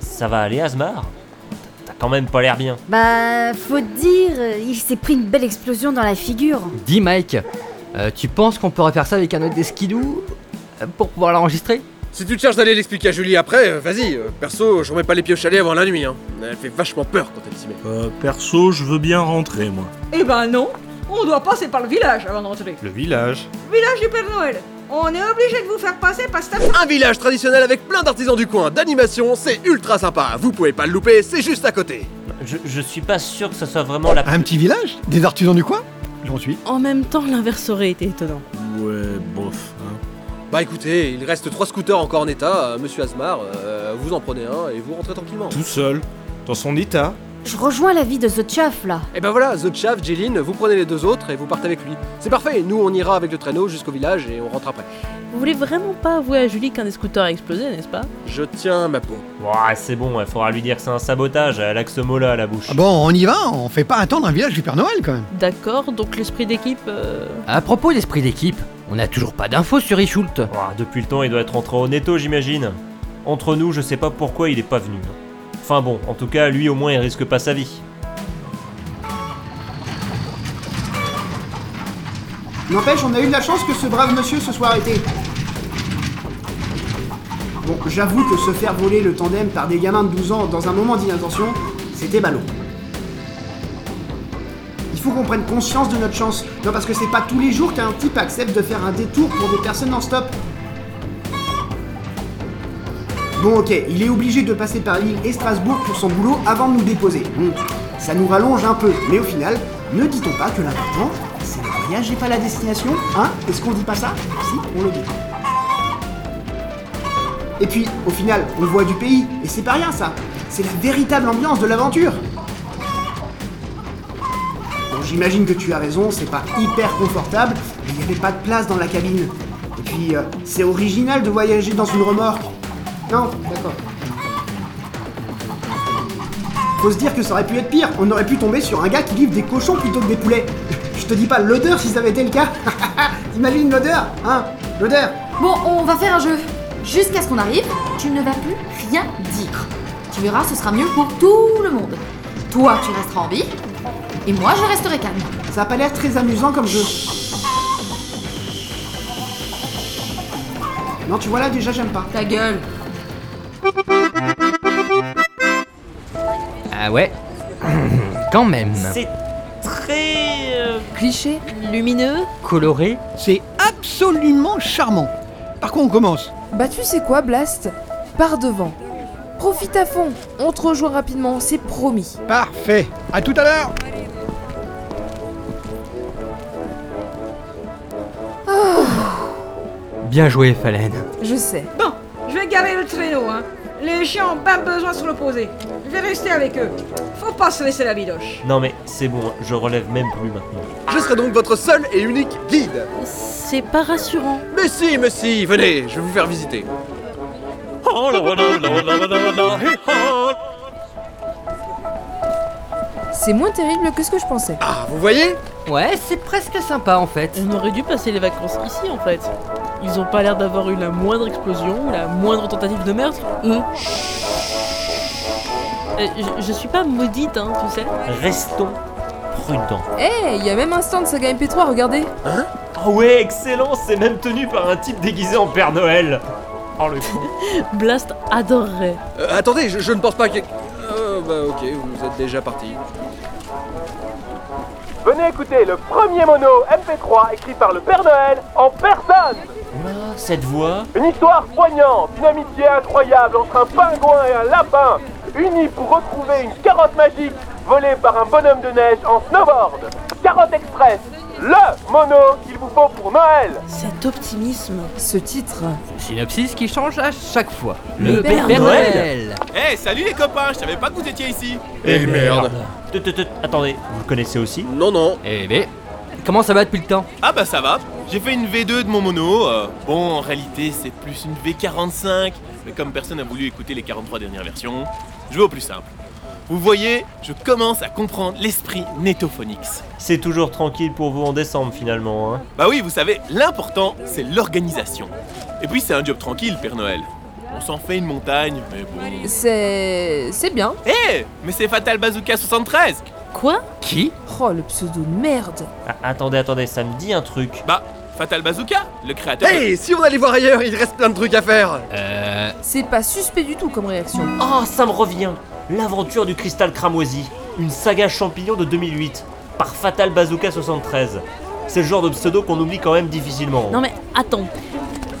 Ça va aller, Asmar T'as quand même pas l'air bien. Bah, faut dire, il s'est pris une belle explosion dans la figure. Dis Mike, euh, tu penses qu'on pourrait faire ça avec un autre des skidoo euh, pour pouvoir l'enregistrer Si tu te charges d'aller l'expliquer à Julie après, euh, vas-y. euh, Perso, je remets pas les pieds au chalet avant la nuit. Hein. Elle fait vachement peur quand elle s'y met. Euh, perso, je veux bien rentrer, moi. Eh ben non, on doit passer par le village avant d'entrer. Le village Village du Père Noël. On est obligé de vous faire passer par cette... Un village traditionnel avec plein d'artisans du coin, d'animation, c'est ultra sympa. Vous pouvez pas le louper, c'est juste à côté. Je, je suis pas sûr que ce soit vraiment la. Un petit village Des artisans du coin J'en suis. En même temps, l'inverse aurait été étonnant. Ouais, bof. hein. Bah écoutez, il reste trois scooters encore en état. Euh, Monsieur Asmar, euh, vous en prenez un et vous rentrez tranquillement. Tout seul Dans son état Je rejoins l'avis de The Chaff là. Et ben voilà, The Chav, Jeline, vous prenez les deux autres et vous partez avec lui. C'est parfait, nous on ira avec le traîneau jusqu'au village et on rentre après. Vous voulez vraiment pas avouer à Julie qu'un des scooters a explosé, n'est-ce pas Je tiens ma peau. Ouais, c'est bon, il faudra lui dire que c'est un sabotage, elle a que ce mot-là à la bouche. Ah bah. bon, on y va, on fait pas attendre un village du Père Noël quand même. D'accord, donc l'esprit d'équipe. euh, À propos d'esprit d'équipe, on n'a toujours pas d'infos sur Richult. Ouah, depuis le temps, il doit être rentré au netto, j'imagine. Entre nous, je sais pas pourquoi il est pas venu. Enfin bon, en tout cas, lui au moins, il risque pas sa vie. N'empêche, on a eu de la chance que ce brave monsieur se soit arrêté. Bon, j'avoue que se faire voler le tandem par des gamins de 12 ans dans un moment d'inattention, c'était ballot. Il faut qu'on prenne conscience de notre chance. Non, parce que c'est pas tous les jours qu'un type accepte de faire un détour pour des personnes en stop. Bon, ok, il est obligé de passer par Lille et Strasbourg pour son boulot avant de nous déposer. Hmm, Ça nous rallonge un peu, mais au final, ne dit-on pas que l'important, c'est le voyage et pas la destination Hein Est-ce qu'on dit pas ça Si, on le dit. Et puis, au final, on voit du pays, et c'est pas rien ça C'est la véritable ambiance de l'aventure Bon, j'imagine que tu as raison, c'est pas hyper confortable, mais il n'y avait pas de place dans la cabine. Et puis, euh, c'est original de voyager dans une remorque. Non, d'accord. Faut se dire que ça aurait pu être pire, on aurait pu tomber sur un gars qui livre des cochons plutôt que des poulets. Je te dis pas l'odeur si ça avait été le cas. T'imagines l'odeur, hein L'odeur Bon, on va faire un jeu. Jusqu'à ce qu'on arrive, tu ne vas plus rien dire. Tu verras, ce sera mieux pour tout le monde. Toi, tu resteras en vie, et moi, je resterai calme. Ça a pas l'air très amusant comme jeu. Non, tu vois là, déjà, j'aime pas. Ta gueule. Ah ouais Quand même. C'est très. euh, Cliché Lumineux Coloré C'est absolument charmant. Par quoi on commence Bah tu sais quoi, Blast Par devant. Profite à fond, on te rejoint rapidement, c'est promis. Parfait. À tout à l'heure. Bien joué, Falen. Je sais. Bon, je vais garer le traîneau, hein. Les chiens ont pas besoin de se reposer. Je vais rester avec eux. Faut pas se laisser la bidoche. Non mais c'est bon, je relève même plus maintenant. Je serai donc votre seul et unique guide. C'est pas rassurant. Mais si, mais si, venez, je vais vous faire visiter. Oh, C'est moins terrible que ce que je pensais. Ah, vous voyez Ouais, c'est presque sympa en fait. On aurait dû passer les vacances ici en fait. Ils ont pas l'air d'avoir eu la moindre explosion ou la moindre tentative de meurtre, eux. Mmh. Euh, je, je suis pas maudite, hein, tu sais. Restons prudents. Eh, il y a même un stand Saga MP3, regardez. Ah ouais, excellent, c'est même tenu par un type déguisé en Père Noël. Oh le con. Blast adorerait. Euh, attendez, je, je ne pense pas que. Euh, bah ok, vous êtes déjà parti. Venez écouter le premier mono MP3 écrit par le Père Noël en personne Oula, cette voix. Une histoire poignante, une amitié incroyable entre un pingouin et un lapin, unis pour retrouver une carotte magique volée par un bonhomme de neige en snowboard. Carotte Express, le mono qu'il vous faut pour Noël. Cet optimisme. Ce titre. Synopsis qui change à chaque fois. Le Père Eh, salut les copains, je savais pas que vous étiez ici Eh merde. Tut, tut, tut, Attendez, vous le connaissez aussi Non, non. Eh ben, comment ça va depuis le temps Ah bah ça va, j'ai fait une V2 de mon mono. euh, bon, en réalité, c'est plus une V45, mais comme personne n'a voulu écouter les 43 dernières versions, je vais au plus simple. Vous voyez, je commence à comprendre l'esprit Netophonix. C'est toujours tranquille pour vous en décembre finalement. Hein. Bah oui, vous savez, l'important, c'est l'organisation. Et puis c'est un job tranquille, Père Noël. On s'en fait une montagne, mais bon. C'est. c'est bien. Hé Mais c'est Fatal Bazooka 73 Quoi Qui Oh, le pseudo de merde Ah, attendez, attendez, ça me dit un truc. Bah, Fatal Bazooka, le créateur. Hey, si on allait voir ailleurs, il reste plein de trucs à faire. Euh. C'est pas suspect du tout comme réaction. Oh, ça me revient L'aventure du cristal cramoisi, une saga champignon de 2008, par Fatal Bazooka 73. C'est le genre de pseudo qu'on oublie quand même difficilement. Non mais attends,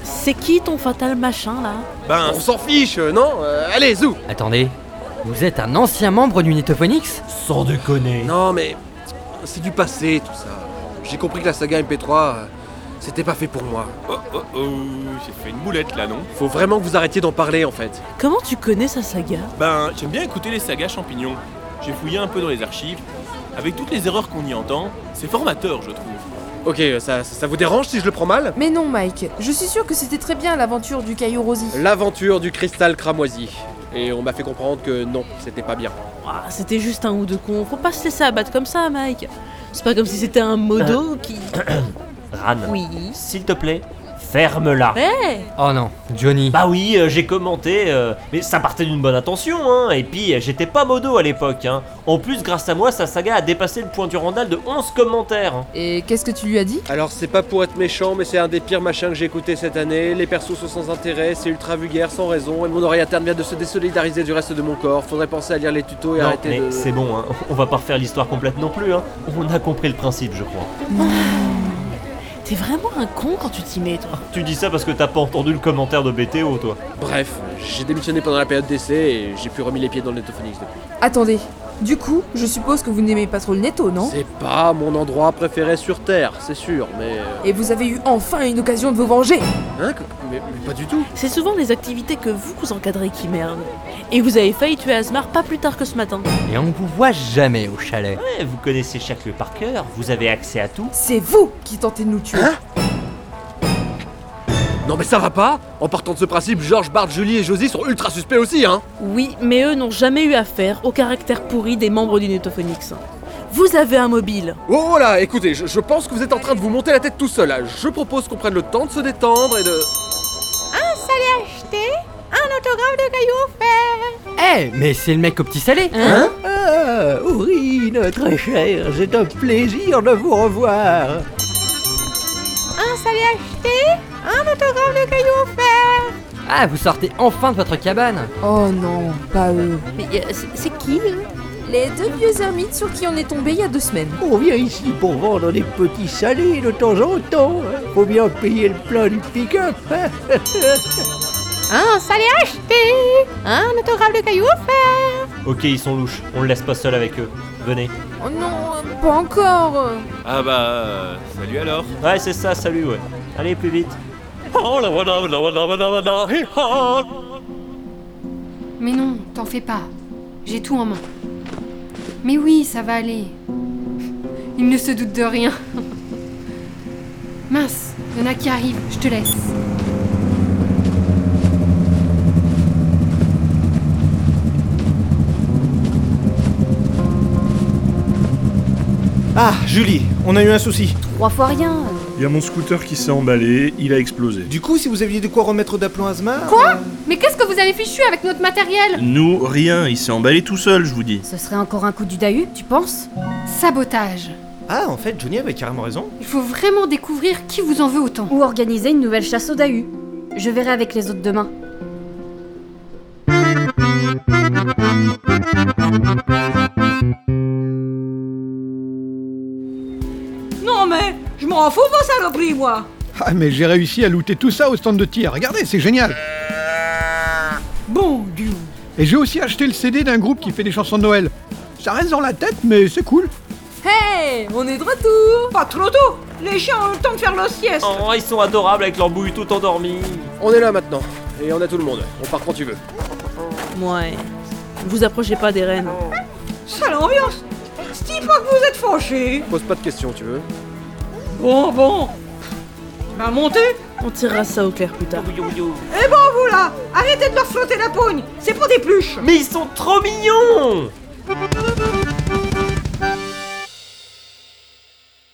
c'est qui ton fatal machin là Ben, on s'en fiche, euh, non Euh, Allez, zou Attendez, vous êtes un ancien membre du Nitophonix Sans déconner. Non, mais c'est du passé, tout ça. J'ai compris que la saga MP3, euh, c'était pas fait pour moi. Oh oh oh, j'ai fait une boulette là, non Faut vraiment que vous arrêtiez d'en parler, en fait. Comment tu connais sa saga Ben, j'aime bien écouter les sagas champignons. J'ai fouillé un peu dans les archives. Avec toutes les erreurs qu'on y entend, c'est formateur, je trouve. Ok, euh, ça, ça vous dérange si je le prends mal Mais non, Mike, je suis sûr que c'était très bien l'aventure du caillou Rosie. L'aventure du cristal cramoisi. Et on m'a fait comprendre que non, c'était pas bien. Ah, C'était juste un ou deux cons, faut pas se laisser abattre comme ça Mike. C'est pas comme si c'était un modo qui... Ran, Oui. s'il te plaît, ferme-la. Hey Oh non, Johnny. Bah oui, euh, j'ai commenté, euh, mais ça partait d'une bonne intention, hein. Et puis, euh, j'étais pas modo à l'époque, hein. En plus, grâce à moi, sa saga a dépassé le point du Randall de 11 commentaires. hein. Et qu'est-ce que tu lui as dit Alors c'est pas pour être méchant, mais c'est un des pires machins que j'ai écouté cette année. Les persos sont sans intérêt, c'est ultra vulgaire, sans raison, et mon oreille interne vient de se désolidariser du reste de mon corps. Faudrait penser à lire les tutos et Non, arrêter mais de... c'est bon, hein. On va pas refaire l'histoire complète non plus, hein. On a compris le principe, je crois. T'es vraiment un con quand tu t'y mets toi. Tu dis ça parce que t'as pas entendu le commentaire de BTO, toi. Bref, j'ai démissionné pendant la période d'essai et j'ai pu remis les pieds dans le Netophonix depuis. Attendez, du coup, je suppose que vous n'aimez pas trop le netto, Oh. non C'est pas mon endroit préféré sur Terre, c'est sûr, mais... euh, Et vous avez eu enfin une occasion de vous venger Hein que- mais, mais pas du tout C'est souvent les activités que vous vous encadrez qui merdent. Et vous avez failli tuer Asmar pas plus tard que ce matin. Et on vous voit jamais au chalet. Ouais, vous connaissez chaque lieu par cœur, vous avez accès à tout. C'est vous qui tentez de nous tuer Non mais ça va pas En partant de ce principe, Georges, Bart, Julie et Josie sont ultra suspects aussi, hein Oui, mais eux n'ont jamais eu affaire au caractère pourri des membres du Netophonix. Vous avez un mobile. Oh oh là, écoutez, je, je pense que vous êtes en train de vous monter la tête tout seul, là. Je propose qu'on prenne le temps de se détendre et de... Un salé acheté, un autographe de caillou offert. Eh, mais c'est le mec au petit salé Hein Ah, Aurine, très chère, c'est un plaisir de vous revoir. Un salé acheté, un autographe de caillou offert. Ah, vous sortez enfin de votre cabane Oh non, pas eux. Mais c'est qui eux Les deux vieux ermites sur qui on est tombé il y a deux semaines. On vient ici pour vendre des petits salés de temps en temps. hein. Faut bien payer le plein du pick-up. hein. Un salé acheté, un autographe de caillou offert. Ok, ils sont louches, on le laisse pas seul avec eux. Venez. Oh non, pas encore Ah bah, euh, salut alors. Ouais, c'est ça, salut, ouais. Allez, plus vite. Mais non, t'en fais pas. J'ai tout en main. Mais oui, ça va aller. Il ne se doute de rien. Mince, y en a qui arrivent, je te laisse. Ah, Julie, on a eu un souci. Trois fois rien. Il y a mon scooter qui s'est emballé, il a explosé. Du coup, si vous aviez de quoi remettre d'aplomb Asmar Quoi Mais qu'est-ce que vous avez fichu avec notre matériel Nous, rien, il s'est emballé tout seul, je vous dis. Ce serait encore un coup du Dahu, tu penses Sabotage. Ah, en fait, Johnny avait carrément raison. Il faut vraiment découvrir qui vous en veut autant. Ou organiser une nouvelle chasse au Dahu. Je verrai avec les autres demain. Non mais, je m'en fous vos saloperies, moi Ah, mais j'ai réussi à looter tout ça au stand de tir. Regardez, c'est génial. Bon Dieu. Et j'ai aussi acheté le CD d'un groupe qui fait des chansons de Noël. Ça reste dans la tête, mais c'est cool. Hey, on est de retour Pas trop tôt Les chiens ont le temps de faire leur sieste Oh, ils sont adorables avec leur bouille tout endormie. On est là maintenant, et on a tout le monde. On part quand tu veux. Ouais. Vous approchez pas des rennes. Sale ambiance Je dis pas que vous êtes fâchés Pose pas de questions, tu veux Bon, bon Bah montez On tirera ça au clair plus tard. Et bon vous là Arrêtez de leur flotter la pogne C'est pour des pluches Mais ils sont trop mignons Bon